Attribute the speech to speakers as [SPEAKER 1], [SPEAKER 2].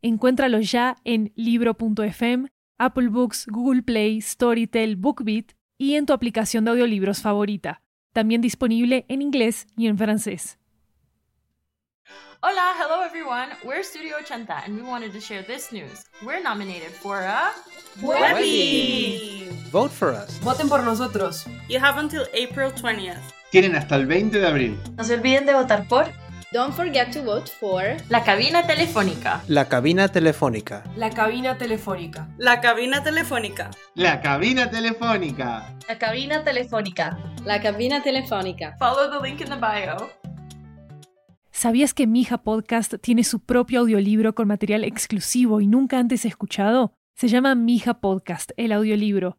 [SPEAKER 1] Encuéntralo ya en libro.fm, Apple Books, Google Play, Storytel, BookBeat y en tu aplicación de audiolibros favorita. También disponible en inglés y en francés.
[SPEAKER 2] Hola, hello everyone. We're Studio Ochenta and we wanted to share this news. We're nominated for a
[SPEAKER 3] Webby!
[SPEAKER 4] Vote for us.
[SPEAKER 5] Voten por nosotros.
[SPEAKER 6] You have until April 20th.
[SPEAKER 7] Tienen hasta el 20 de abril.
[SPEAKER 8] No se olviden de votar por
[SPEAKER 9] Don't forget to vote for
[SPEAKER 2] La Cabina Telefónica.
[SPEAKER 4] La cabina telefónica.
[SPEAKER 5] La cabina telefónica.
[SPEAKER 6] La cabina telefónica.
[SPEAKER 7] La cabina telefónica.
[SPEAKER 8] la cabina telefónica.
[SPEAKER 9] La cabina telefónica.
[SPEAKER 2] Follow the link in the bio.
[SPEAKER 1] ¿Sabías que Mija Podcast tiene su propio audiolibro con material exclusivo y nunca antes escuchado? Se llama Mija Podcast, el audiolibro.